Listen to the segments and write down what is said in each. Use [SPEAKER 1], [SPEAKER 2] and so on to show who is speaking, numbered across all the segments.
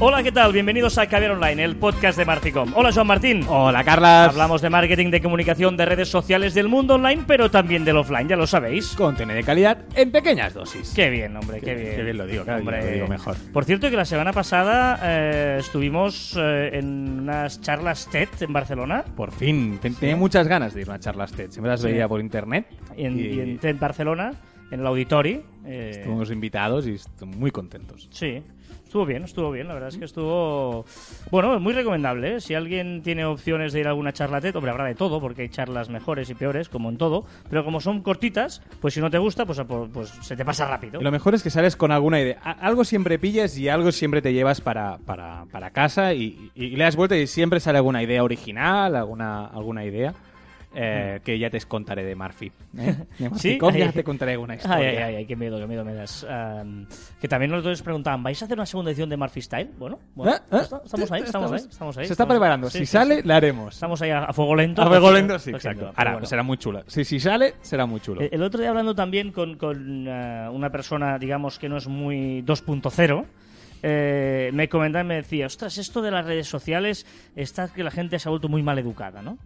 [SPEAKER 1] Hola, ¿qué tal? Bienvenidos a Caviar Online, el podcast de Marticom. Hola, Joan Martín.
[SPEAKER 2] Hola, Carlas.
[SPEAKER 1] Hablamos de marketing, de comunicación, de redes sociales, del mundo online, pero también del offline, ya lo sabéis.
[SPEAKER 2] Contenido de calidad en pequeñas dosis.
[SPEAKER 1] Qué bien, hombre, qué
[SPEAKER 2] Qué-
[SPEAKER 1] bien.
[SPEAKER 2] qué bien lo digo, claro,
[SPEAKER 1] hombre.
[SPEAKER 2] yo lo digo mejor.
[SPEAKER 1] Por cierto, que la semana pasada eh, estuvimos eh, en unas charlas TED en Barcelona.
[SPEAKER 2] Por fin. Ten- Tenía muchas ganas de ir a una charlas TED. Siempre las
[SPEAKER 1] Sí.
[SPEAKER 2] veía por internet.
[SPEAKER 1] Y en,
[SPEAKER 2] Y
[SPEAKER 1] y en TED Barcelona, en el auditori. eh,
[SPEAKER 2] Estuvimos invitados y est- muy contentos.
[SPEAKER 1] Sí, estuvo bien, estuvo bien. La verdad es que estuvo. Bueno, muy recomendable. ¿eh? Si alguien tiene opciones de ir a alguna charla TED, hombre, habrá de todo, porque hay charlas mejores y peores, como en todo. Pero como son cortitas, pues si no te gusta, pues, a por- pues se te pasa rápido.
[SPEAKER 2] Y lo mejor es que sales con alguna idea. A- Algo siempre pillas y algo siempre te llevas para, para, para casa y, y- y le das vuelta y siempre sale alguna idea original, alguna, alguna idea. eh, que ya te contaré de Murphy. ¿eh? De Murphy
[SPEAKER 1] Sí,
[SPEAKER 2] Cop,
[SPEAKER 1] ay.
[SPEAKER 2] ya te contaré alguna historia.
[SPEAKER 1] Ay, ay, ay, ay, qué miedo, qué miedo me das. Am, que también los dos preguntaban, ¿vais a hacer una segunda edición de Murphy Style? Bueno, bueno,
[SPEAKER 2] ¿Eh? ¿Eh?
[SPEAKER 1] está- estamos ahí, estamos ahí, estamos ahí.
[SPEAKER 2] Se está
[SPEAKER 1] estamos ahí.
[SPEAKER 2] preparando.
[SPEAKER 1] Sí,
[SPEAKER 2] si
[SPEAKER 1] sí, sí.
[SPEAKER 2] sale, la haremos.
[SPEAKER 1] Estamos ahí a, a fuego lento.
[SPEAKER 2] A fuego lento, sí,
[SPEAKER 1] Haciendo,
[SPEAKER 2] exacto.
[SPEAKER 1] pero
[SPEAKER 2] Ahora, pues
[SPEAKER 1] bueno. Eh,
[SPEAKER 2] será muy chula. Si, si sale, será muy chulo.
[SPEAKER 1] El el otro día hablando también con, con, eh, una persona, digamos, que no es muy 2.0. eh, me comentaba y me decía, ostras, esto de las redes sociales está que la gente se ha vuelto muy mal educada, ¿no?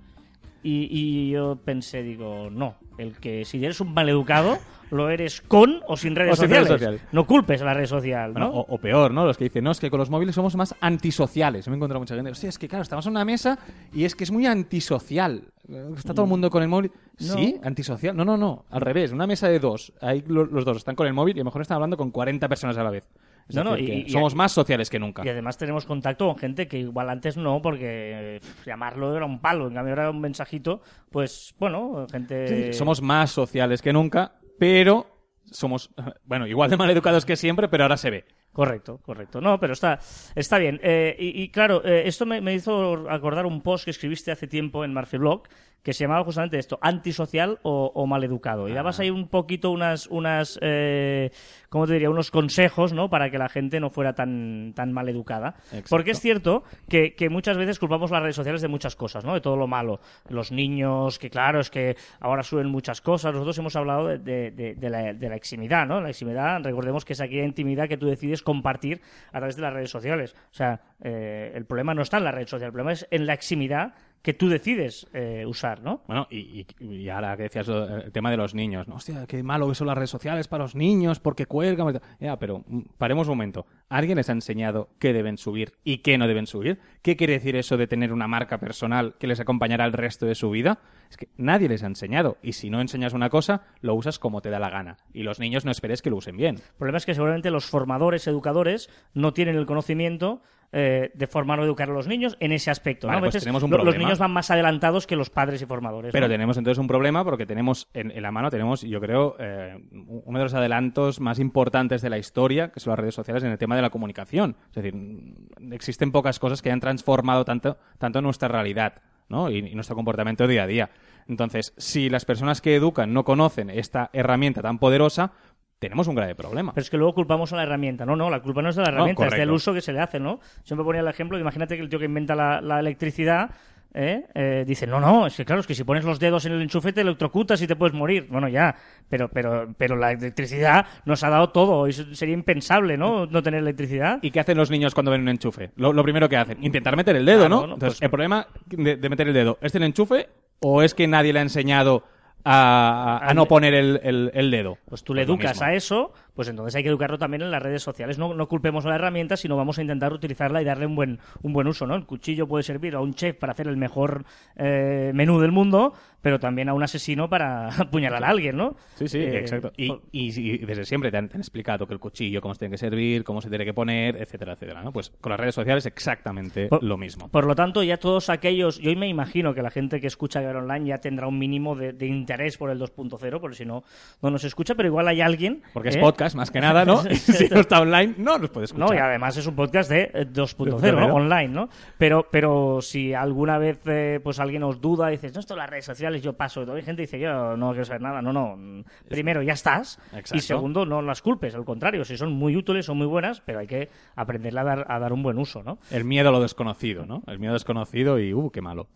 [SPEAKER 1] Y, y yo pensé, digo, no, el que si eres un maleducado, lo eres con o sin redes
[SPEAKER 2] O sin
[SPEAKER 1] sociales.
[SPEAKER 2] redes sociales.
[SPEAKER 1] No culpes a la red social,
[SPEAKER 2] Bueno,
[SPEAKER 1] ¿no?
[SPEAKER 2] o, o peor, ¿no? Los que dicen, no, es que con los móviles somos más antisociales. Yo me he encontrado mucha gente. Hostia, es que claro, estamos en una mesa y es que es muy antisocial. Eh, Está todo el mundo con el móvil.
[SPEAKER 1] Mm. No.
[SPEAKER 2] ¿Sí? ¿Antisocial? No, no, no. Al revés. Una mesa de dos. Ahí lo- los dos están con el móvil y a lo mejor están hablando con 40 personas a la vez. Es
[SPEAKER 1] No, no,
[SPEAKER 2] decir,
[SPEAKER 1] y-
[SPEAKER 2] que
[SPEAKER 1] y-
[SPEAKER 2] somos más sociales que nunca.
[SPEAKER 1] Y además tenemos contacto con gente que igual antes no, porque eh, llamarlo era un palo, en cambio ahora un mensajito, pues bueno, gente...
[SPEAKER 2] Es decir, somos más sociales que nunca, pero somos, bueno, igual de maleducados que siempre, pero ahora se ve.
[SPEAKER 1] Correcto, correcto. No, pero está, está bien. Eh, y, y claro, eh, esto me, me hizo acordar un post que escribiste hace tiempo en Marfiblog que se llamaba justamente esto, antisocial o, o maleducado. Y dabas ahí un poquito unas, unas eh, ¿cómo te diría? Unos consejos, ¿no? Para que la gente no fuera tan, tan maleducada.
[SPEAKER 2] Exacto.
[SPEAKER 1] Porque es cierto que, que muchas veces culpamos las redes sociales de muchas cosas, ¿no? De todo lo malo. Los niños, que claro, es que ahora suben muchas cosas. Nosotros hemos hablado de, de- de- de la, de la eximidad, ¿no? La eximidad, recordemos que es aquella intimidad que tú decides compartir a través de las redes sociales. O sea, eh, el problema no está en la red social, el problema es en la eximidad que tú decides eh, usar, ¿no?
[SPEAKER 2] Bueno, y, y- y ahora que decías lo- el tema de los niños, ¿no? Hostia, qué malo que son las redes sociales para los niños, porque cuelgan. porque tal. Ya, pero mm, paremos un momento. ¿Alguien les ha enseñado qué deben subir y qué no deben subir? ¿Qué quiere decir eso de tener una marca personal que les acompañará el resto de su vida? Es que nadie les ha enseñado. Y si no enseñas una cosa, lo usas como te da la gana. Y los niños no esperes que lo usen bien.
[SPEAKER 1] El problema es que seguramente los formadores, educadores, no tienen el conocimiento eh, de formar o educar a los niños en ese aspecto. ¿no?
[SPEAKER 2] Vale,
[SPEAKER 1] A
[SPEAKER 2] pues
[SPEAKER 1] veces
[SPEAKER 2] tenemos un
[SPEAKER 1] lo- los
[SPEAKER 2] problema.
[SPEAKER 1] niños van más adelantados que los padres y formadores.
[SPEAKER 2] Pero
[SPEAKER 1] ¿no?
[SPEAKER 2] tenemos entonces un problema porque tenemos en, en la mano, tenemos, yo creo, eh, uno de los adelantos más importantes de la historia, que son las redes sociales en el tema de la comunicación. Es decir, mm, existen pocas cosas que hayan transformado tanto, tanto nuestra realidad ¿no? y, y nuestro comportamiento día a día. Entonces, si las personas que educan no conocen esta herramienta tan poderosa, tenemos un grave problema.
[SPEAKER 1] Pero es que luego culpamos a la herramienta. No, no, la culpa no es de la herramienta, es
[SPEAKER 2] correcto.
[SPEAKER 1] del uso que se le hace, ¿no? Siempre ponía el ejemplo, imagínate que el tío que inventa la, la electricidad ¿eh? Eh, dice, no, no, es que claro, es que si pones los dedos en el enchufe te electrocutas y te puedes morir. Bueno, ya, pero, pero, pero la electricidad nos ha dado todo y se- sería impensable,
[SPEAKER 2] Eh.
[SPEAKER 1] ¿no? No tener electricidad.
[SPEAKER 2] ¿Y qué hacen los niños cuando ven un enchufe? Lo, lo primero que hacen, intentar meter el dedo,
[SPEAKER 1] Claro,
[SPEAKER 2] ¿no?
[SPEAKER 1] no,
[SPEAKER 2] Entonces,
[SPEAKER 1] pues-
[SPEAKER 2] el problema de, de meter el dedo, ¿es el enchufe o es que nadie le ha enseñado a, a- a no poner el, el- el dedo?
[SPEAKER 1] Pues tú le
[SPEAKER 2] lo
[SPEAKER 1] educas
[SPEAKER 2] mismo.
[SPEAKER 1] a eso, pues entonces hay que educarlo también en las redes sociales. No, no culpemos a la herramienta, sino vamos a intentar utilizarla y darle un buen, un buen uso, ¿no? El cuchillo puede servir a un chef para hacer el mejor eh, menú del mundo, pero también a un asesino para apuñalar a alguien, ¿no?
[SPEAKER 2] Sí, sí,
[SPEAKER 1] Eh,
[SPEAKER 2] exacto. Y,
[SPEAKER 1] por-
[SPEAKER 2] y- y desde siempre te han, te han explicado que el cuchillo, cómo se tiene que servir, cómo se tiene que poner, etcétera, etcétera. ¿no? Pues con las redes sociales exactamente
[SPEAKER 1] Por-
[SPEAKER 2] lo mismo.
[SPEAKER 1] Por lo tanto, ya todos aquellos, yo me imagino que la gente que escucha Gamer Online ya tendrá un mínimo de, de interés por el 2.0, porque si no, no nos escucha, pero igual hay alguien...
[SPEAKER 2] Porque es
[SPEAKER 1] ¿eh?
[SPEAKER 2] podcast, más que nada, ¿no? Y si no está online, no nos puede escuchar.
[SPEAKER 1] No, y además es un podcast de eh, 2.0,
[SPEAKER 2] 2.0.
[SPEAKER 1] ¿no? online, ¿no? Pero, pero si alguna vez eh, pues alguien os duda, dices, no, esto las redes sociales, yo paso. Hay gente que dice, yo no quiero saber nada. No, no. mm, Primero, ya estás.
[SPEAKER 2] Exacto.
[SPEAKER 1] Y segundo, no las culpes. Al contrario, si son muy útiles, son muy buenas, pero hay que aprenderle a dar, a dar un buen uso, ¿no?
[SPEAKER 2] El miedo a lo desconocido, ¿no? El miedo a lo desconocido y, uh, qué malo.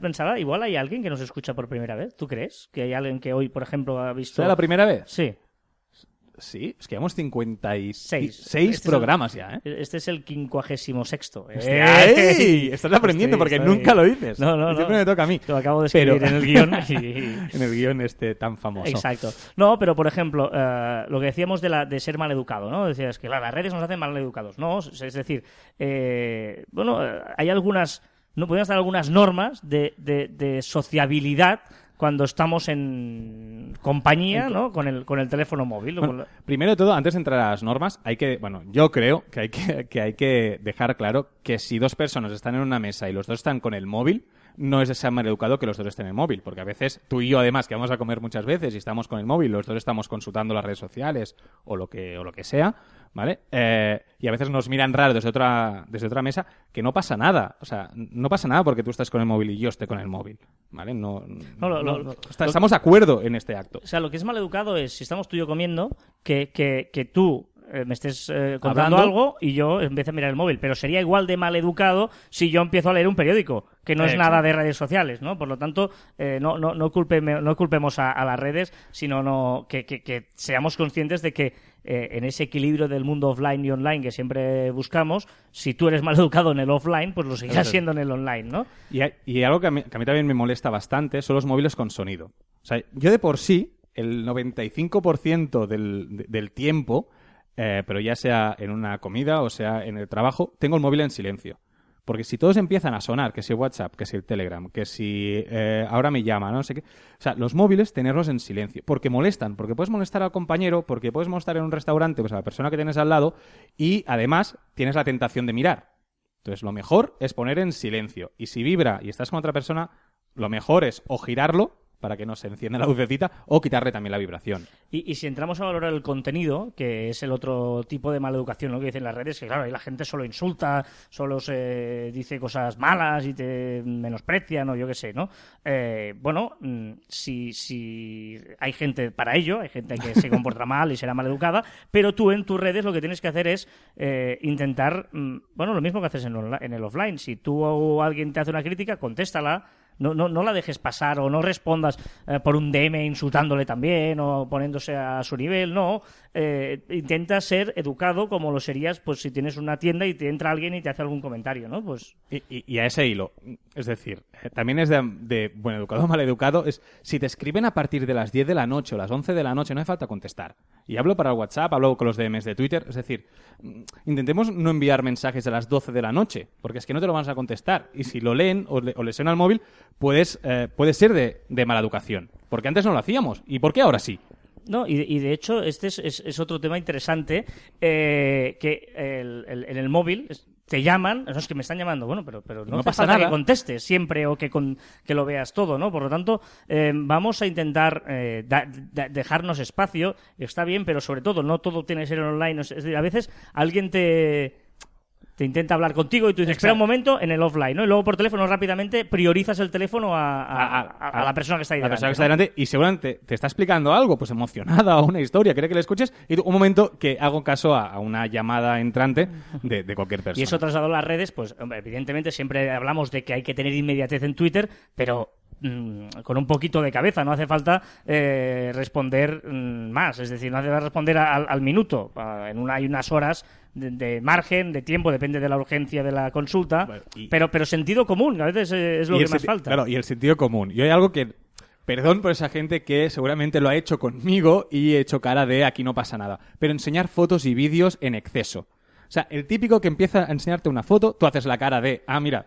[SPEAKER 1] Pensaba, igual hay alguien que nos escucha por primera vez. ¿Tú crees? Que hay alguien que hoy, por ejemplo, ha visto...
[SPEAKER 2] ¿Será la primera vez?
[SPEAKER 1] Sí.
[SPEAKER 2] Sí, es que llevamos 56
[SPEAKER 1] Seis.
[SPEAKER 2] seis
[SPEAKER 1] Este es
[SPEAKER 2] programas ya, ¿eh?
[SPEAKER 1] Este es el Eh, 56.
[SPEAKER 2] Hostia, ¡ey! Estás aprendiendo porque nunca lo dices.
[SPEAKER 1] Este No, no, no.
[SPEAKER 2] Siempre me toca a mí.
[SPEAKER 1] Lo acabo de escribir
[SPEAKER 2] Pero-
[SPEAKER 1] en el guión y-
[SPEAKER 2] en el guión este tan famoso.
[SPEAKER 1] Exacto. No, pero por ejemplo, eh, lo que decíamos de, la, de ser maleducado, ¿no? Decías que claro, las redes nos hacen maleducados. No, es es decir, eh, bueno, eh, hay algunas, no podemos dar algunas normas de, de- de sociabilidad cuando estamos en compañía, ¿no? Con el, con el teléfono móvil. o con
[SPEAKER 2] Bueno,
[SPEAKER 1] la-
[SPEAKER 2] primero de todo, antes de entrar a las normas, hay que, bueno, yo creo que hay que, que hay que dejar claro que si dos personas están en una mesa y los dos están con el móvil, no es de ser maleducado que los dos estén en el móvil, porque a veces tú y yo, además, que vamos a comer muchas veces y estamos con el móvil, los dos estamos consultando las redes sociales o lo que, o lo que sea, ¿vale? Eh, y a veces nos miran raro desde otra, desde otra mesa, que no pasa nada, o sea, no pasa nada porque tú estás con el móvil y yo esté con el móvil, ¿vale? No,
[SPEAKER 1] No, lo-
[SPEAKER 2] no-
[SPEAKER 1] lo-
[SPEAKER 2] no- está-
[SPEAKER 1] lo-
[SPEAKER 2] estamos de acuerdo en este acto.
[SPEAKER 1] O sea, lo que es maleducado es, si estamos tú y yo comiendo, que, que, que tú eh, me estés eh, contando
[SPEAKER 2] Hablando.
[SPEAKER 1] algo y yo empiezo a mirar el móvil. Pero sería igual de maleducado si yo empiezo a leer un periódico, que no es
[SPEAKER 2] Exacto.
[SPEAKER 1] nada de redes sociales, ¿no? Por lo tanto, eh, no, no, no, culpeme- no culpemos a, a las redes, sino no, que, que- que seamos conscientes de que eh, en ese equilibrio del mundo offline y online que siempre buscamos, si tú eres maleducado en el offline, pues lo seguirás
[SPEAKER 2] Claro.
[SPEAKER 1] siendo en el online, ¿no?
[SPEAKER 2] Y, hay- y algo que a, mí, que a mí también me molesta bastante son los móviles con sonido. O sea, yo de por sí, el 95% del, de- del tiempo, eh, pero ya sea en una comida o sea en el trabajo, tengo el móvil en silencio. Porque si todos empiezan a sonar, que si WhatsApp, que si el Telegram, que si eh, ahora me llama, no sé qué. O sea, los móviles tenerlos en silencio. Porque molestan, porque puedes molestar al compañero, porque puedes molestar en un restaurante, pues a la persona que tienes al lado, y además tienes la tentación de mirar. Entonces, lo mejor es poner en silencio. Y si vibra y estás con otra persona, lo mejor es o girarlo para que no se encienda la lucecita o quitarle también la vibración.
[SPEAKER 1] Y, y si entramos a valorar el contenido, que es el otro tipo de maleducación, lo que dicen las redes, que claro, ahí la gente solo insulta, solo se dice cosas malas y te menosprecian o yo qué sé, ¿no? Eh, bueno, mm, si, si hay gente para ello, hay gente que se comporta mal y será maleducada, pero tú en tus redes lo que tienes que hacer es eh, intentar, mm, bueno, lo mismo que haces en, onla- en el offline, si tú o alguien te hace una crítica, contéstala. No, no, no la dejes pasar o no respondas eh, por un DM insultándole también o poniéndose a su nivel, no. Eh, intenta ser educado como lo serías pues si tienes una tienda y te entra alguien y te hace algún comentario, ¿no? Pues
[SPEAKER 2] Y, y- y a ese hilo, es decir, eh, también es de, de buen educado o mal educado, es si te escriben a partir de las 10 de la noche o las 11 de la noche, no hace falta contestar. Y hablo para el WhatsApp, hablo con los DMs de Twitter, es decir, mm, intentemos no enviar mensajes a las 12 de la noche, porque es que no te lo van a contestar. Y si lo leen o, le, o les suena al móvil, puedes, eh, puede ser de, de mala educación, porque antes no lo hacíamos. ¿Y por qué ahora sí?
[SPEAKER 1] No, y, y de hecho, este es, es- es otro tema interesante, eh, que el- el- en el móvil es- te llaman, no es que me están llamando, bueno, pero, pero no,
[SPEAKER 2] No
[SPEAKER 1] hace
[SPEAKER 2] pasa
[SPEAKER 1] falta que
[SPEAKER 2] nada.
[SPEAKER 1] contestes siempre o que, con- que lo veas todo, ¿no? Por lo tanto, eh, vamos a intentar eh, da- da- dejarnos espacio, está bien, pero sobre todo, no todo tiene que ser online, es decir, a veces alguien te te intenta hablar contigo y tú dices, espera un momento, en el offline, ¿no? Y luego por teléfono rápidamente priorizas el teléfono a, a- a- a la persona que está ahí
[SPEAKER 2] a la
[SPEAKER 1] delante,
[SPEAKER 2] persona que
[SPEAKER 1] ¿no?
[SPEAKER 2] está delante y seguramente te está explicando algo, pues emocionada o una historia, cree que le escuches y tú, un momento que hago caso a, a una llamada entrante de, de cualquier persona.
[SPEAKER 1] Y eso trasladado a las redes, pues hombre, evidentemente siempre hablamos de que hay que tener inmediatez en Twitter, pero mm, con un poquito de cabeza, no hace falta eh, responder mm, más, es decir, no hace falta responder al, al minuto, a- en una, hay unas horas de, de margen, de tiempo, depende de la urgencia de la consulta,
[SPEAKER 2] Bueno, y-
[SPEAKER 1] pero, pero sentido común, a veces eh, es lo
[SPEAKER 2] Y
[SPEAKER 1] que
[SPEAKER 2] el
[SPEAKER 1] más
[SPEAKER 2] senti-
[SPEAKER 1] falta.
[SPEAKER 2] Claro, y el sentido común. Y hay algo que. Perdón por esa gente que seguramente lo ha hecho conmigo y he hecho cara de aquí no pasa nada. Pero enseñar fotos y vídeos en exceso. O sea, el típico que empieza a enseñarte una foto, tú haces la cara de, ah, mira,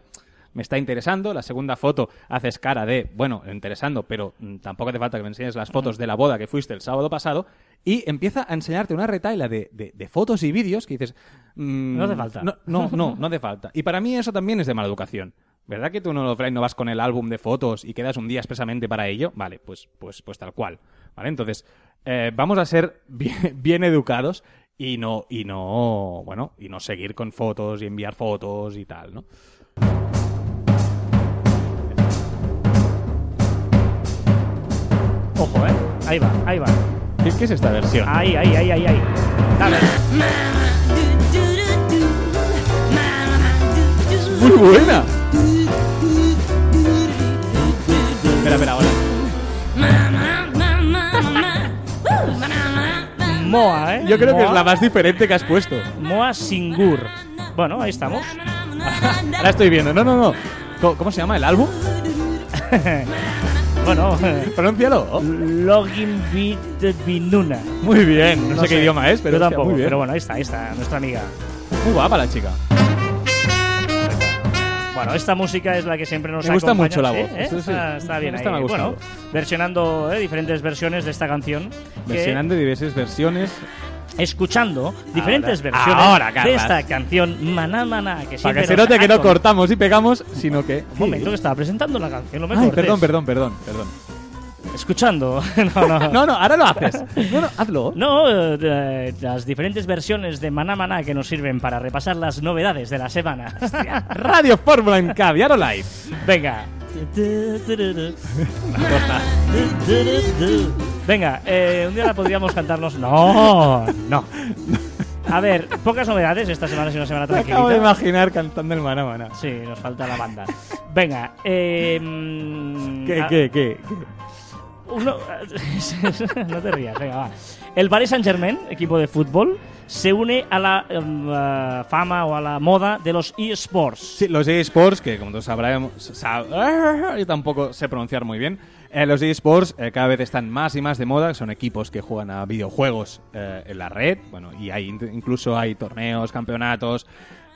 [SPEAKER 2] me está interesando. La segunda foto haces cara de, bueno, interesando, pero mm, tampoco hace falta que me enseñes las fotos de la boda que fuiste el sábado pasado. Y empieza a enseñarte una retaila de, de- de fotos y vídeos que dices... mm,
[SPEAKER 1] No hace falta.
[SPEAKER 2] No, no, no, no hace falta. Y para mí eso también es de mala educación. ¿Verdad que tú en el offline no vas con el álbum de fotos y quedas un día expresamente para ello? Vale, pues, pues, pues tal cual. ¿Vale? Entonces, eh, vamos a ser bien, bien educados y no, y no, bueno, y no seguir con fotos y enviar fotos y tal, ¿no?
[SPEAKER 1] Ojo, ¿eh? Ahí va, ahí va.
[SPEAKER 2] ¿Qué, qué es esta versión?
[SPEAKER 1] Ahí, ahí, ahí, ahí, ahí. Dale.
[SPEAKER 2] ¡Muy buena! Espera, espera, ahora.
[SPEAKER 1] Moa, ¿eh?
[SPEAKER 2] Yo creo que
[SPEAKER 1] Moa-
[SPEAKER 2] es la más diferente que has puesto.
[SPEAKER 1] Moa Singur. Bueno, ahí estamos.
[SPEAKER 2] Ahora estoy viendo. No, no, no. Co- ¿Cómo se llama el álbum?
[SPEAKER 1] Bueno,
[SPEAKER 2] Pronúncialo. Oh,
[SPEAKER 1] Login Bit Binuna.
[SPEAKER 2] muy bien. No, sé, qué idioma es, pero
[SPEAKER 1] Yo
[SPEAKER 2] hostia,
[SPEAKER 1] tampoco,
[SPEAKER 2] muy bien.
[SPEAKER 1] pero bueno, ahí está, ahí está, nuestra amiga.
[SPEAKER 2] Muy guapa la chica.
[SPEAKER 1] Bueno, esta música es la que siempre nos
[SPEAKER 2] Me gusta
[SPEAKER 1] acompaña,
[SPEAKER 2] mucho la
[SPEAKER 1] ¿sí?
[SPEAKER 2] voz,
[SPEAKER 1] ¿Eh?
[SPEAKER 2] eso sí.
[SPEAKER 1] Está, está bien
[SPEAKER 2] Esta me
[SPEAKER 1] ahí.
[SPEAKER 2] ha gustado.
[SPEAKER 1] Bueno, versionando eh, diferentes versiones de esta canción. que-
[SPEAKER 2] Versionando diversas versiones.
[SPEAKER 1] escuchando diferentes
[SPEAKER 2] Ahora.
[SPEAKER 1] versiones
[SPEAKER 2] Ahora,
[SPEAKER 1] de
[SPEAKER 2] Carlas.
[SPEAKER 1] esta canción Maná Maná. Que
[SPEAKER 2] Para
[SPEAKER 1] siempre
[SPEAKER 2] que se
[SPEAKER 1] nos
[SPEAKER 2] note que no
[SPEAKER 1] acompaña.
[SPEAKER 2] cortamos y pegamos, sino que.
[SPEAKER 1] Un momento que estaba presentando la canción, no me
[SPEAKER 2] Ay,
[SPEAKER 1] cortes.
[SPEAKER 2] perdón, perdón, perdón, perdón.
[SPEAKER 1] Escuchando. no, no.
[SPEAKER 2] No, no, ahora lo haces. Ah. No, no, hazlo.
[SPEAKER 1] No, eh, eh, las diferentes versiones de Maná Maná que nos sirven para repasar las novedades de la semana.
[SPEAKER 2] Radio Fórmula en Caviar o Live.
[SPEAKER 1] Venga. Venga, eh, un día la podríamos cantarnos. No, no. A ver, pocas novedades. Esta semana es una semana
[SPEAKER 2] Me acabo de
[SPEAKER 1] tranquilita.
[SPEAKER 2] imaginar cantando el maná maná.
[SPEAKER 1] Sí, nos falta la banda. Venga, eh, mm,
[SPEAKER 2] ¿Qué,
[SPEAKER 1] ah,
[SPEAKER 2] qué, qué? qué?
[SPEAKER 1] uno- no te rías, venga, va. El Paris Saint Germain, equipo de fútbol, se une a la em, eh, fama o a la moda de los eSports.
[SPEAKER 2] Sí, los eSports, que como todos sabremos, sab- yo tampoco sé pronunciar muy bien, eh, los eSports eh, cada vez están más y más de moda, son equipos que juegan a videojuegos eh, en la red, bueno, y hay incluso hay torneos, campeonatos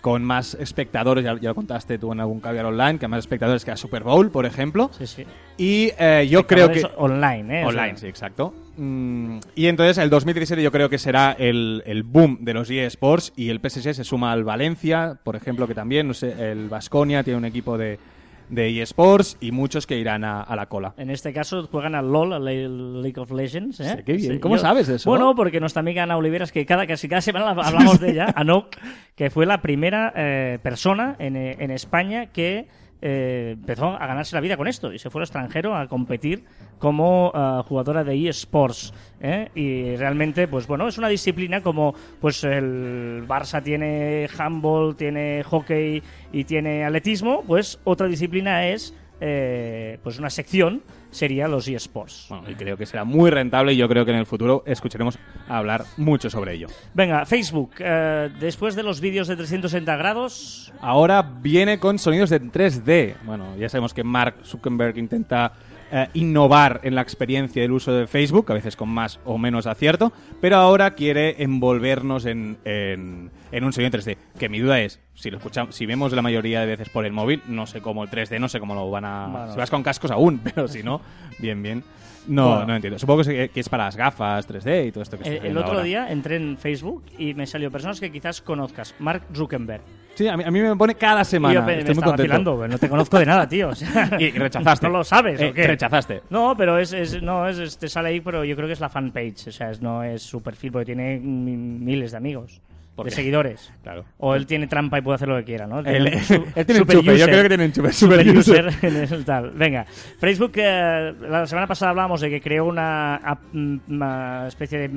[SPEAKER 2] con más espectadores, ya, ya lo contaste tú en algún caviar online, que hay más espectadores que la Super Bowl, por ejemplo,
[SPEAKER 1] Sí, sí.
[SPEAKER 2] y eh, yo creo que...
[SPEAKER 1] Espectadores Online, ¿eh? O sea,
[SPEAKER 2] Online, sí, exacto. Mm, y entonces el 2017 yo creo que será el, el boom de los eSports y el PSG se suma al Valencia, por ejemplo, que también, no sé, el Vasconia tiene un equipo de, de eSports y muchos que irán a, a la cola.
[SPEAKER 1] En este caso juegan al LOL, al Le- League of Legends. ¿eh?
[SPEAKER 2] Sí, qué bien. ¿Cómo sabes de eso?
[SPEAKER 1] Bueno, porque nuestra amiga Ana Oliveras, que cada, casi cada semana la- hablamos de ella, Anok, que fue la primera eh, persona en, eh, en España que eh, empezó a ganarse la vida con esto y se fue al extranjero a competir como ah, jugadora de eSports. ¿eh? Y realmente, pues bueno, es una disciplina como pues el Barça tiene handball, tiene hockey y tiene atletismo, pues otra disciplina es eh, pues una sección sería los eSports.
[SPEAKER 2] Bueno, y creo que será muy rentable y yo creo que en el futuro escucharemos hablar mucho sobre ello.
[SPEAKER 1] Venga, Facebook, eh, después de los vídeos de 360 grados,
[SPEAKER 2] Ahora viene con sonidos en 3D. Bueno, ya sabemos que Mark Zuckerberg intenta eh, innovar en la experiencia del uso de Facebook, a veces con más o menos acierto, pero ahora quiere envolvernos en, en- en un sonido en 3D. Que mi duda es, si lo escuchamos, si vemos la mayoría de veces por el móvil, no sé cómo el 3D, no sé cómo lo van a...
[SPEAKER 1] Bueno.
[SPEAKER 2] Si vas con cascos aún, pero si no, bien, bien. No,
[SPEAKER 1] Bueno.
[SPEAKER 2] no entiendo. Supongo que que es para las gafas 3D y todo esto que está
[SPEAKER 1] el, eh, el
[SPEAKER 2] haciendo
[SPEAKER 1] otro
[SPEAKER 2] ahora.
[SPEAKER 1] día entré en Facebook y me salió personas que quizás conozcas. Mark Zuckerberg.
[SPEAKER 2] Sí, a mí, a mí me pone cada
[SPEAKER 1] Y
[SPEAKER 2] semana.
[SPEAKER 1] yo pe- me
[SPEAKER 2] Estoy muy
[SPEAKER 1] estaba
[SPEAKER 2] contento.
[SPEAKER 1] vacilando, pues, no te conozco de nada, tío. o sea,
[SPEAKER 2] Y rechazaste.
[SPEAKER 1] ¿No lo sabes
[SPEAKER 2] Eh,
[SPEAKER 1] o qué?
[SPEAKER 2] Rechazaste.
[SPEAKER 1] No, pero es, es- no, es, es- te sale ahí, pero yo creo que es la fanpage. O sea, es- no es su perfil, porque tiene mi- miles de amigos,
[SPEAKER 2] ¿Por
[SPEAKER 1] de
[SPEAKER 2] qué?
[SPEAKER 1] seguidores.
[SPEAKER 2] Claro.
[SPEAKER 1] O él tiene trampa y puede hacer lo que quiera, ¿no?
[SPEAKER 2] Él,
[SPEAKER 1] un su-
[SPEAKER 2] él tiene
[SPEAKER 1] Eh, super
[SPEAKER 2] enchufe, yo
[SPEAKER 1] user.
[SPEAKER 2] creo que tiene enchufe,
[SPEAKER 1] Super
[SPEAKER 2] super
[SPEAKER 1] user
[SPEAKER 2] user.
[SPEAKER 1] en el tal. Venga, Facebook, eh, la semana pasada hablábamos de que creó una, app, mm, una especie de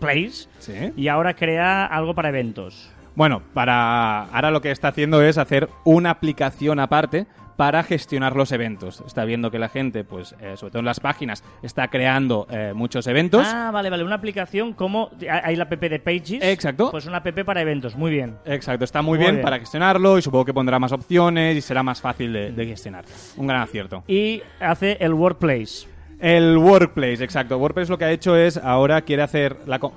[SPEAKER 1] marketplace
[SPEAKER 2] Sí.
[SPEAKER 1] y ahora crea algo para eventos.
[SPEAKER 2] Bueno, para ahora lo que está haciendo es hacer una aplicación aparte para gestionar los eventos. Está viendo que la gente, pues, eh, sobre todo en las páginas, está creando eh, muchos eventos.
[SPEAKER 1] Ah, vale, vale, una aplicación como hay la app de Pages.
[SPEAKER 2] Exacto.
[SPEAKER 1] Pues una app para eventos, muy bien.
[SPEAKER 2] Exacto, está muy,
[SPEAKER 1] Muy
[SPEAKER 2] bien,
[SPEAKER 1] bien.
[SPEAKER 2] para gestionarlo y supongo que pondrá más opciones y será más fácil de, de gestionar. Un gran acierto.
[SPEAKER 1] Y hace el workplace.
[SPEAKER 2] El Workplace, exacto. WordPress lo que ha hecho es ahora quiere hacer la co-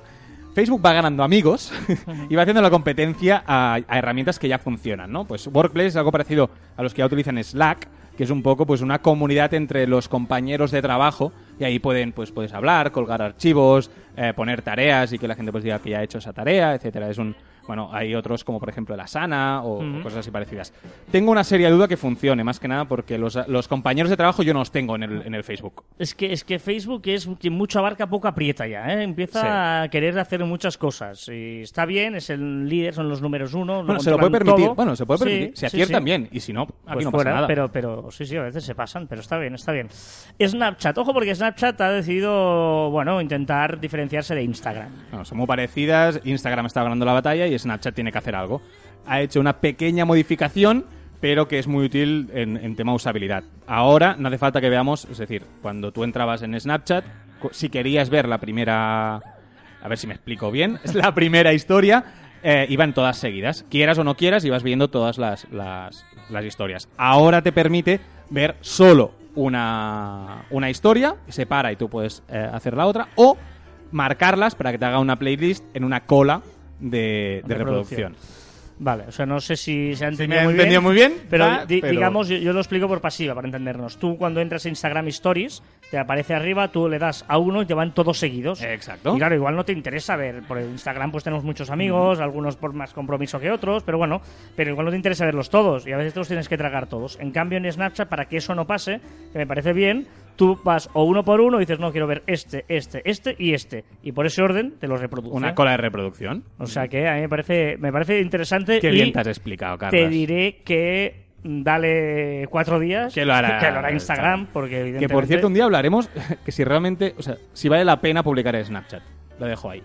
[SPEAKER 2] Facebook va ganando amigos y va haciendo la competencia a, a herramientas que ya funcionan, ¿no? Pues Workplace es algo parecido a los que ya utilizan Slack, que es un poco pues una comunidad entre los compañeros de trabajo y ahí pueden pues puedes hablar, colgar archivos, eh, poner tareas y que la gente pues diga que ya ha hecho esa tarea, etcétera. Es un bueno, hay otros como por ejemplo la Sana o
[SPEAKER 1] Ujú.
[SPEAKER 2] cosas así parecidas. Tengo una seria duda que funcione, más que nada porque los, los compañeros de trabajo yo no los tengo en el, en el Facebook.
[SPEAKER 1] Es que, es que Facebook es que mucho abarca, poco aprieta ya. ¿eh? Empieza
[SPEAKER 2] Sí.
[SPEAKER 1] a querer hacer muchas cosas. Y está bien, es el líder, son los números uno. lo
[SPEAKER 2] Bueno, se lo puede
[SPEAKER 1] controlan
[SPEAKER 2] permitir.
[SPEAKER 1] todo.
[SPEAKER 2] Bueno, se puede
[SPEAKER 1] Sí,
[SPEAKER 2] permitir.
[SPEAKER 1] sí,
[SPEAKER 2] se aciertan
[SPEAKER 1] sí.
[SPEAKER 2] bien. Y si no, aquí
[SPEAKER 1] Pues
[SPEAKER 2] no pasa
[SPEAKER 1] fuera,
[SPEAKER 2] nada.
[SPEAKER 1] Pero, pero sí, sí, a veces se pasan, pero está bien, está bien. Snapchat, ojo, porque Snapchat ha decidido, bueno, intentar diferenciarse de Instagram.
[SPEAKER 2] Bueno, son muy parecidas. Instagram está ganando la batalla y Snapchat tiene que hacer algo. Ha hecho una pequeña modificación, pero que es muy útil en, en tema usabilidad. Ahora no hace falta que veamos, es decir, cuando tú entrabas en Snapchat, cu- si querías ver la primera a ver si me explico bien, es la primera historia, eh, iban todas seguidas. Quieras o no quieras, ibas viendo todas las, las, las historias. Ahora te permite ver solo una, una historia, se para y tú puedes eh, hacer la otra, o marcarlas para que te haga una playlist en una cola de, de
[SPEAKER 1] Reproducción.
[SPEAKER 2] reproducción.
[SPEAKER 1] Vale, o sea, no sé si se ha
[SPEAKER 2] Si
[SPEAKER 1] entendido,
[SPEAKER 2] me he
[SPEAKER 1] muy,
[SPEAKER 2] entendido
[SPEAKER 1] bien,
[SPEAKER 2] muy bien,
[SPEAKER 1] pero,
[SPEAKER 2] va,
[SPEAKER 1] di-
[SPEAKER 2] pero-
[SPEAKER 1] digamos, yo, yo lo explico por pasiva, para entendernos. Tú cuando entras a Instagram Stories, te aparece arriba, tú le das a uno y te van todos seguidos.
[SPEAKER 2] Exacto.
[SPEAKER 1] Y claro, igual no te interesa ver, por Instagram pues tenemos muchos amigos, algunos por más compromiso que otros, pero bueno, pero igual no te interesa verlos todos y a veces te los tienes que tragar todos. En cambio en Snapchat, para que eso no pase, que me parece bien, tú vas o uno por uno y dices, no, quiero ver este, este, este y este. Y por ese orden te los reproduce.
[SPEAKER 2] Una cola de reproducción.
[SPEAKER 1] O sea que a mí me parece, me parece interesante
[SPEAKER 2] Qué
[SPEAKER 1] y
[SPEAKER 2] bien te has explicado,
[SPEAKER 1] te
[SPEAKER 2] Carlos.
[SPEAKER 1] diré que mm, dale cuatro días
[SPEAKER 2] Que lo hará-
[SPEAKER 1] Instagram porque
[SPEAKER 2] Que
[SPEAKER 1] evidentemente
[SPEAKER 2] por cierto, un día hablaremos que si realmente, o sea, si vale la pena publicar en Snapchat. Lo dejo ahí.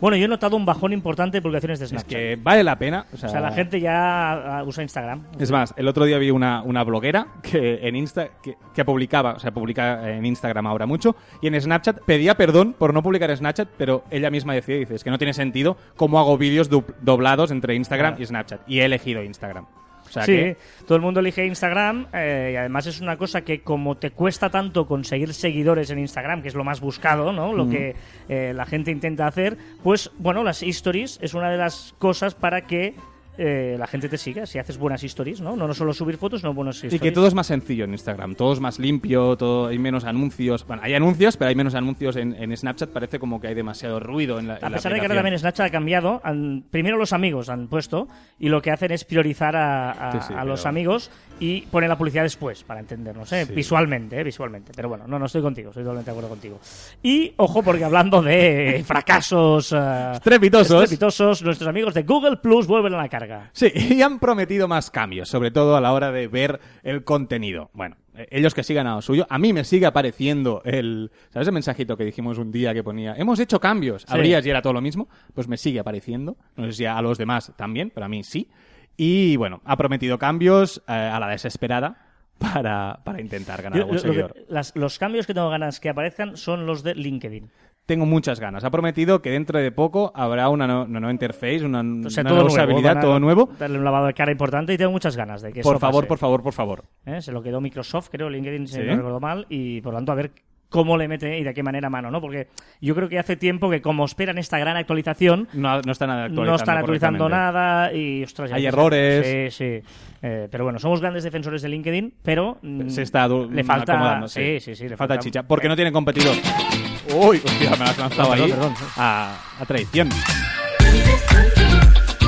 [SPEAKER 1] bueno yo he notado un bajón importante de publicaciones de
[SPEAKER 2] Es
[SPEAKER 1] Snapchat
[SPEAKER 2] que vale la pena. O sea,
[SPEAKER 1] o sea la gente ya ah, usa Instagram
[SPEAKER 2] Es más, el otro día vi una, una bloguera que en Insta que, que publicaba, o sea, publica en Instagram ahora mucho, y en Snapchat pedía perdón por no publicar Snapchat, pero ella misma decía, dice, es que no tiene sentido cómo hago vídeos du- doblados entre Instagram
[SPEAKER 1] Claro.
[SPEAKER 2] y Snapchat. Y he elegido Instagram. O sea
[SPEAKER 1] sí,
[SPEAKER 2] que
[SPEAKER 1] todo el mundo elige Instagram eh, y además es una cosa que como te cuesta tanto conseguir seguidores en Instagram, que es lo más buscado, ¿no? Lo que eh, la gente intenta hacer, pues bueno, las stories es una de las cosas para que eh, la gente te siga, si haces buenas stories, ¿no? No, no solo subir fotos, no buenas stories.
[SPEAKER 2] Y que todo es más sencillo en Instagram, todo es más limpio, todo hay menos anuncios. Bueno, hay anuncios, pero hay menos anuncios en, en Snapchat. Parece como que hay demasiado ruido en la.
[SPEAKER 1] A pesar de que ahora también Snapchat ha cambiado, han- primero los amigos han puesto y lo que hacen es priorizar a, a-
[SPEAKER 2] Sí, sí,
[SPEAKER 1] a los
[SPEAKER 2] pero-
[SPEAKER 1] amigos y poner la publicidad después, para entendernos, ¿eh?
[SPEAKER 2] Sí.
[SPEAKER 1] visualmente, ¿eh? visualmente. Pero bueno, no, no estoy contigo, estoy totalmente de acuerdo contigo. Y ojo, porque hablando de fracasos eh,
[SPEAKER 2] Estrepitosos.
[SPEAKER 1] estrepitosos, nuestros amigos de Google Plus vuelven a la carga.
[SPEAKER 2] Sí, y han prometido más cambios, sobre todo a la hora de ver el contenido. Bueno, eh, ellos que sigan a lo suyo, a mí me sigue apareciendo el, ¿sabes el mensajito que dijimos un día que ponía, hemos hecho cambios, abrías y era todo lo mismo? Pues me sigue apareciendo, no sé si a los demás también, pero a mí sí. Y bueno, ha prometido cambios eh, a la desesperada para, para intentar ganar
[SPEAKER 1] Yo-
[SPEAKER 2] algún
[SPEAKER 1] lo- lo que-
[SPEAKER 2] seguidor.
[SPEAKER 1] las- los cambios que tengo ganas que aparezcan son los de LinkedIn.
[SPEAKER 2] Tengo muchas ganas. Ha prometido que dentro de poco habrá una nu- una nueva interface, una,
[SPEAKER 1] O sea, todo
[SPEAKER 2] una nueva
[SPEAKER 1] nuevo,
[SPEAKER 2] usabilidad,
[SPEAKER 1] van a
[SPEAKER 2] todo nuevo.
[SPEAKER 1] Darle un lavado de cara importante y tengo muchas ganas de que
[SPEAKER 2] Por
[SPEAKER 1] eso
[SPEAKER 2] favor,
[SPEAKER 1] pase.
[SPEAKER 2] por favor, por favor.
[SPEAKER 1] ¿eh? se lo quedó Microsoft, creo, LinkedIn, si
[SPEAKER 2] Sí.
[SPEAKER 1] no recuerdo mal, y por lo tanto a ver cómo le mete y de qué manera mano, ¿no? Porque yo creo que hace tiempo que como esperan esta gran actualización,
[SPEAKER 2] No, no están actualizando.
[SPEAKER 1] no están actualizando
[SPEAKER 2] correctamente.
[SPEAKER 1] nada y, ostras... ya
[SPEAKER 2] Hay
[SPEAKER 1] ves,
[SPEAKER 2] errores.
[SPEAKER 1] Sí, sí. Eh, pero bueno, somos grandes defensores de LinkedIn, pero... mm,
[SPEAKER 2] Se está adu-
[SPEAKER 1] Le falta...
[SPEAKER 2] acomodando,
[SPEAKER 1] sí, sí, sí,
[SPEAKER 2] Le falta chicha. Porque no tiene competidor. Uy, hostia, me la has lanzado
[SPEAKER 1] Perdón,
[SPEAKER 2] ahí
[SPEAKER 1] perdón.
[SPEAKER 2] A, a traición.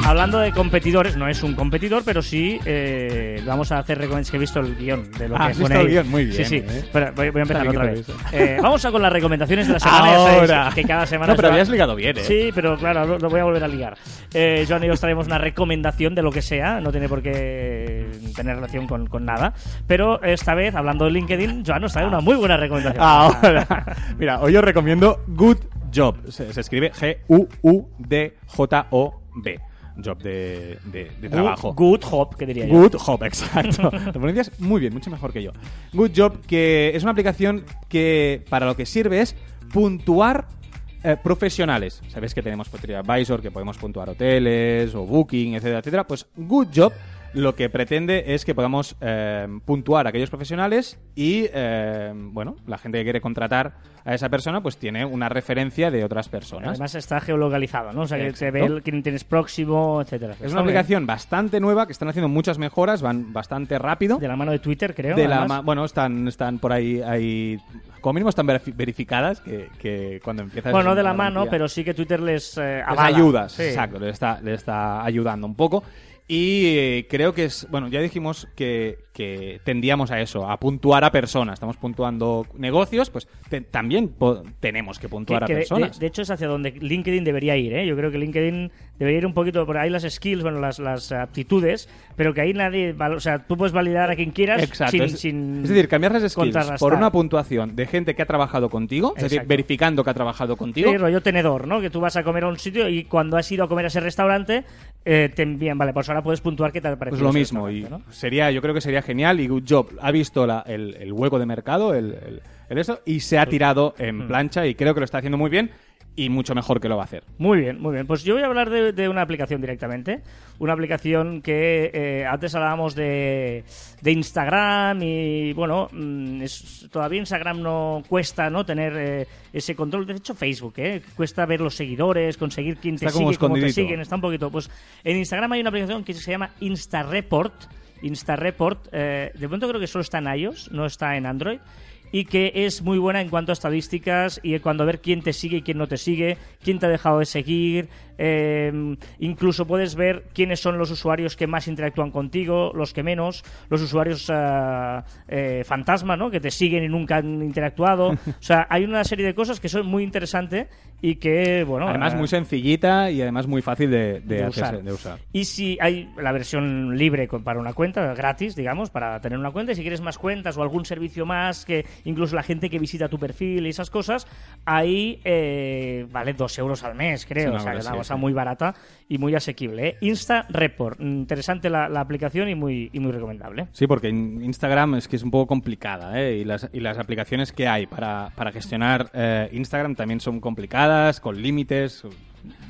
[SPEAKER 1] Hablando de competidores, no es un competidor, pero sí eh, vamos a hacer recomendaciones. Que he visto el guión de lo
[SPEAKER 2] Ah,
[SPEAKER 1] que pone
[SPEAKER 2] has visto el
[SPEAKER 1] ahí.
[SPEAKER 2] guión, muy bien,
[SPEAKER 1] Sí, sí.
[SPEAKER 2] eh.
[SPEAKER 1] Espera, voy, voy a empezar
[SPEAKER 2] Dale,
[SPEAKER 1] otra
[SPEAKER 2] que
[SPEAKER 1] vez.
[SPEAKER 2] te
[SPEAKER 1] Eh, vamos a con las recomendaciones de la semana. ya sabéis
[SPEAKER 2] Ahora.
[SPEAKER 1] que cada semana.
[SPEAKER 2] No, pero
[SPEAKER 1] se va-
[SPEAKER 2] habías ligado bien, eh.
[SPEAKER 1] Sí, pero claro, lo, lo voy a volver a ligar. Eh, Joan y yo os traemos una recomendación de lo que sea. No tiene por qué tener relación con, con nada. Pero esta vez, hablando de LinkedIn, Joan nos trae una muy buena recomendación.
[SPEAKER 2] Ah, Ahora. Mira, hoy os recomiendo Good Job. Se, se escribe G-U-U-D-J-O-B. Job de, de- de trabajo.
[SPEAKER 1] Good, good Hop, que diría yo.
[SPEAKER 2] Good Eh, Job, exacto. Lo pronuncias muy bien, mucho mejor que yo. Good Job, que es una aplicación que para lo que sirve es puntuar eh, profesionales. Sabéis que tenemos pues, TripAdvisor, que podemos puntuar hoteles o Booking, etcétera, etcétera. Pues Good Job lo que pretende es que podamos eh, puntuar a aquellos profesionales y, eh, bueno, la gente que quiere contratar a esa persona pues tiene una referencia de otras personas.
[SPEAKER 1] Además está geolocalizado, ¿no? O sea, que se ve
[SPEAKER 2] Exacto.
[SPEAKER 1] el- quién tienes próximo, etcétera.
[SPEAKER 2] Es una
[SPEAKER 1] Está muy bien.
[SPEAKER 2] aplicación bastante nueva, que están haciendo muchas mejoras, van bastante rápido.
[SPEAKER 1] De la mano de Twitter, creo.
[SPEAKER 2] de la
[SPEAKER 1] además.
[SPEAKER 2] ma- bueno están están por ahí ahí como mínimo están verifi- verificadas que, que cuando empiezas
[SPEAKER 1] Bueno, no de la
[SPEAKER 2] una
[SPEAKER 1] mano,
[SPEAKER 2] garantía,
[SPEAKER 1] pero sí que Twitter les eh,
[SPEAKER 2] les
[SPEAKER 1] avala.
[SPEAKER 2] ayudas
[SPEAKER 1] Sí.
[SPEAKER 2] exacto le está le está ayudando un poco y eh, creo que es bueno ya dijimos que, que tendíamos a eso a puntuar a personas estamos puntuando negocios pues te- también po- tenemos que
[SPEAKER 1] Que- que
[SPEAKER 2] puntuar a
[SPEAKER 1] de- de,
[SPEAKER 2] personas
[SPEAKER 1] de hecho es hacia donde LinkedIn debería ir, ¿eh? Yo creo que LinkedIn debería ir un poquito por ahí las skills, bueno, las, las aptitudes, pero que ahí nadie, val- o sea, tú puedes validar a quien quieras
[SPEAKER 2] Exacto.
[SPEAKER 1] sin,
[SPEAKER 2] es,
[SPEAKER 1] sin
[SPEAKER 2] es decir, cambiar las skills
[SPEAKER 1] contrarrestar.
[SPEAKER 2] por una puntuación de gente que ha trabajado contigo, es decir,
[SPEAKER 1] Exacto.
[SPEAKER 2] verificando que ha trabajado contigo,
[SPEAKER 1] Sí, rollo tenedor, ¿no? Que tú vas a comer a un sitio y cuando has ido a comer a ese restaurante eh, te envían, vale, pues ahora puedes puntuar qué tal parece.
[SPEAKER 2] Pues lo mismo, y sería, yo creo que sería genial. Y Good Job ha visto la- el,
[SPEAKER 1] Mm.
[SPEAKER 2] el hueco de mercado, el, el- el eso, y se ha tirado en plancha y creo que lo está haciendo muy bien. y mucho mejor que lo va a hacer.
[SPEAKER 1] Muy bien, muy bien. Pues yo voy a hablar de, de una aplicación directamente. Una aplicación que eh, antes hablábamos de, de Instagram y bueno, mm, es- todavía Instagram no cuesta no tener eh, ese control. De hecho, Facebook, ¿eh? cuesta ver los seguidores, conseguir quién te
[SPEAKER 2] Está como
[SPEAKER 1] sigue, cómo te
[SPEAKER 2] escondidito.
[SPEAKER 1] siguen, está un poquito. Pues en Instagram hay una aplicación que se llama InstaReport. InstaReport, eh, de momento creo que solo está en iOS, no está en Android. Y que es muy buena en cuanto a estadísticas y en cuanto a ver quién te sigue y quién no te sigue, quién te ha dejado de seguir. eh, incluso puedes ver quiénes son los usuarios que más interactúan contigo, los que menos, los usuarios ah, eh, fantasma, ¿no? Que te siguen y nunca han interactuado. o sea, hay una serie de cosas que son muy interesantes y que, bueno.
[SPEAKER 2] además,
[SPEAKER 1] ah,
[SPEAKER 2] muy sencillita y además muy fácil de, de
[SPEAKER 1] de
[SPEAKER 2] hacerse-
[SPEAKER 1] usar.
[SPEAKER 2] de usar.
[SPEAKER 1] Y si hay la versión libre con- para una cuenta, gratis, digamos, para tener una cuenta, y si quieres más cuentas o algún servicio más, que incluso la gente que visita tu perfil y esas cosas, ahí eh, vale dos euros al mes, creo.
[SPEAKER 2] Sí,
[SPEAKER 1] o sea,
[SPEAKER 2] una
[SPEAKER 1] que es
[SPEAKER 2] cosa
[SPEAKER 1] una
[SPEAKER 2] así,
[SPEAKER 1] cosa
[SPEAKER 2] sí.
[SPEAKER 1] muy barata y muy asequible. ¿eh? Insta Report. Interesante la, la aplicación y muy, y muy recomendable.
[SPEAKER 2] Sí, porque in- Instagram es que es un poco complicada, ¿eh? Y las, y las aplicaciones que hay para, para gestionar eh, Instagram también son complicadas, con límites.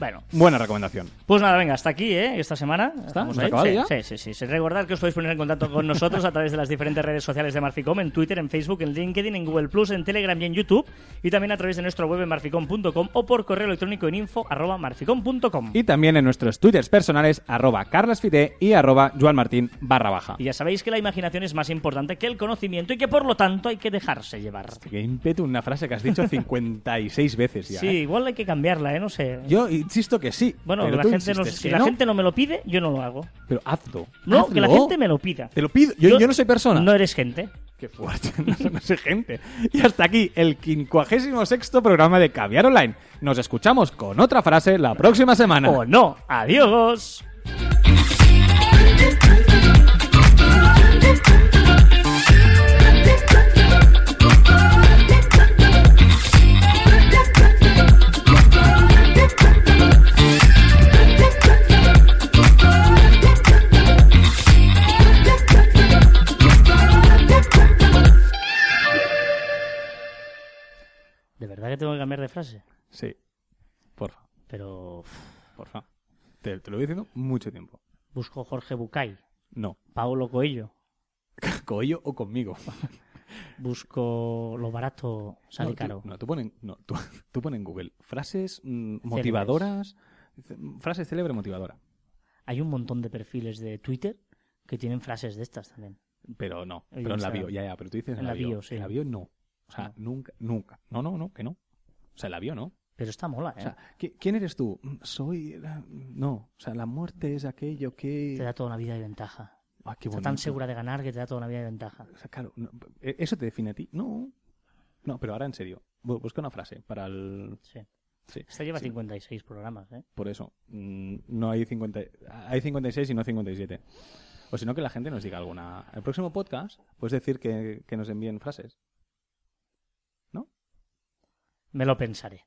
[SPEAKER 1] Bueno.
[SPEAKER 2] Buena recomendación.
[SPEAKER 1] Pues nada, venga, hasta aquí, ¿eh? Esta semana. Estamos
[SPEAKER 2] ¿Hemos
[SPEAKER 1] ahí.
[SPEAKER 2] acabado
[SPEAKER 1] sí,
[SPEAKER 2] ya?
[SPEAKER 1] Sí, sí, sí, sí. Recordad que os podéis poner en contacto con nosotros a través de las diferentes redes sociales de Marficom, en Twitter, en Facebook, en LinkedIn, en Google Plus, en Telegram y en YouTube. Y también a través de nuestro web en marficom.com o por correo electrónico en info arroba marficom.com.
[SPEAKER 2] Y también en nuestros twitters personales, arroba carlasfite y arroba joanmartin barra baja.
[SPEAKER 1] Y ya sabéis que la imaginación es más importante que el conocimiento y que por lo tanto hay que dejarse llevar.
[SPEAKER 2] Qué ímpetu, una frase que has dicho 56 veces ya.
[SPEAKER 1] Sí,
[SPEAKER 2] ¿eh?
[SPEAKER 1] igual hay que cambiarla, ¿eh? No sé.
[SPEAKER 2] Yo insisto que sí.
[SPEAKER 1] bueno,
[SPEAKER 2] pero
[SPEAKER 1] la
[SPEAKER 2] tú
[SPEAKER 1] gente no,
[SPEAKER 2] insistes
[SPEAKER 1] si
[SPEAKER 2] que
[SPEAKER 1] la
[SPEAKER 2] no,
[SPEAKER 1] gente no me lo pide, yo no lo hago.
[SPEAKER 2] Pero hazlo.
[SPEAKER 1] No, que la
[SPEAKER 2] hazlo.
[SPEAKER 1] gente me lo pida.
[SPEAKER 2] Te lo pido. Yo, yo no soy persona.
[SPEAKER 1] No eres gente.
[SPEAKER 2] Qué fuerte, no, no sé gente. Y hasta aquí el 56 programa de Caviar Online. Nos escuchamos con otra frase la próxima semana.
[SPEAKER 1] O no. Adiós. De verdad que tengo que cambiar de frase.
[SPEAKER 2] Sí. Porfa,
[SPEAKER 1] Pero uf,
[SPEAKER 2] porfa. Te, te lo voy diciendo mucho tiempo.
[SPEAKER 1] busco Jorge Bucay,
[SPEAKER 2] No.
[SPEAKER 1] Paolo Coello,
[SPEAKER 2] Con ello o conmigo.
[SPEAKER 1] busco lo barato sale
[SPEAKER 2] no,
[SPEAKER 1] caro.
[SPEAKER 2] Tú, no, tú pones no, tú, tú pon en Google frases mm, motivadoras. c- Frase célebre motivadora.
[SPEAKER 1] Hay un montón de perfiles de Twitter que tienen frases de estas también.
[SPEAKER 2] Pero no.
[SPEAKER 1] El
[SPEAKER 2] Pero en la
[SPEAKER 1] Instagram.
[SPEAKER 2] bio, ya, ya. Pero tú dices en la bio.
[SPEAKER 1] sí.
[SPEAKER 2] En la bio no. O sea, nunca, nunca. No, no, no, que no. O sea, en la bio no.
[SPEAKER 1] Pero está mola, ¿eh?
[SPEAKER 2] O sea, ¿qui- ¿quién eres tú? Mm, Soy. la- No, o sea, la muerte es aquello
[SPEAKER 1] te
[SPEAKER 2] que.
[SPEAKER 1] da toda una vida de ventaja.
[SPEAKER 2] Ah, qué
[SPEAKER 1] Está
[SPEAKER 2] bonito.
[SPEAKER 1] tan segura de ganar que te da toda una vida de ventaja.
[SPEAKER 2] O sea, claro, no, eh, ¿eso te define a ti? No. No, pero ahora en serio. Bu- Busca una frase para el.
[SPEAKER 1] Sí.
[SPEAKER 2] Sí,
[SPEAKER 1] Esta lleva
[SPEAKER 2] sí,
[SPEAKER 1] 56 programas, ¿eh?
[SPEAKER 2] Por eso. Mm, No hay 50. Hay 56 y no 57. O si no, que la gente nos diga alguna. El próximo podcast, puedes decir que, que nos envíen frases.
[SPEAKER 1] Me lo pensaré.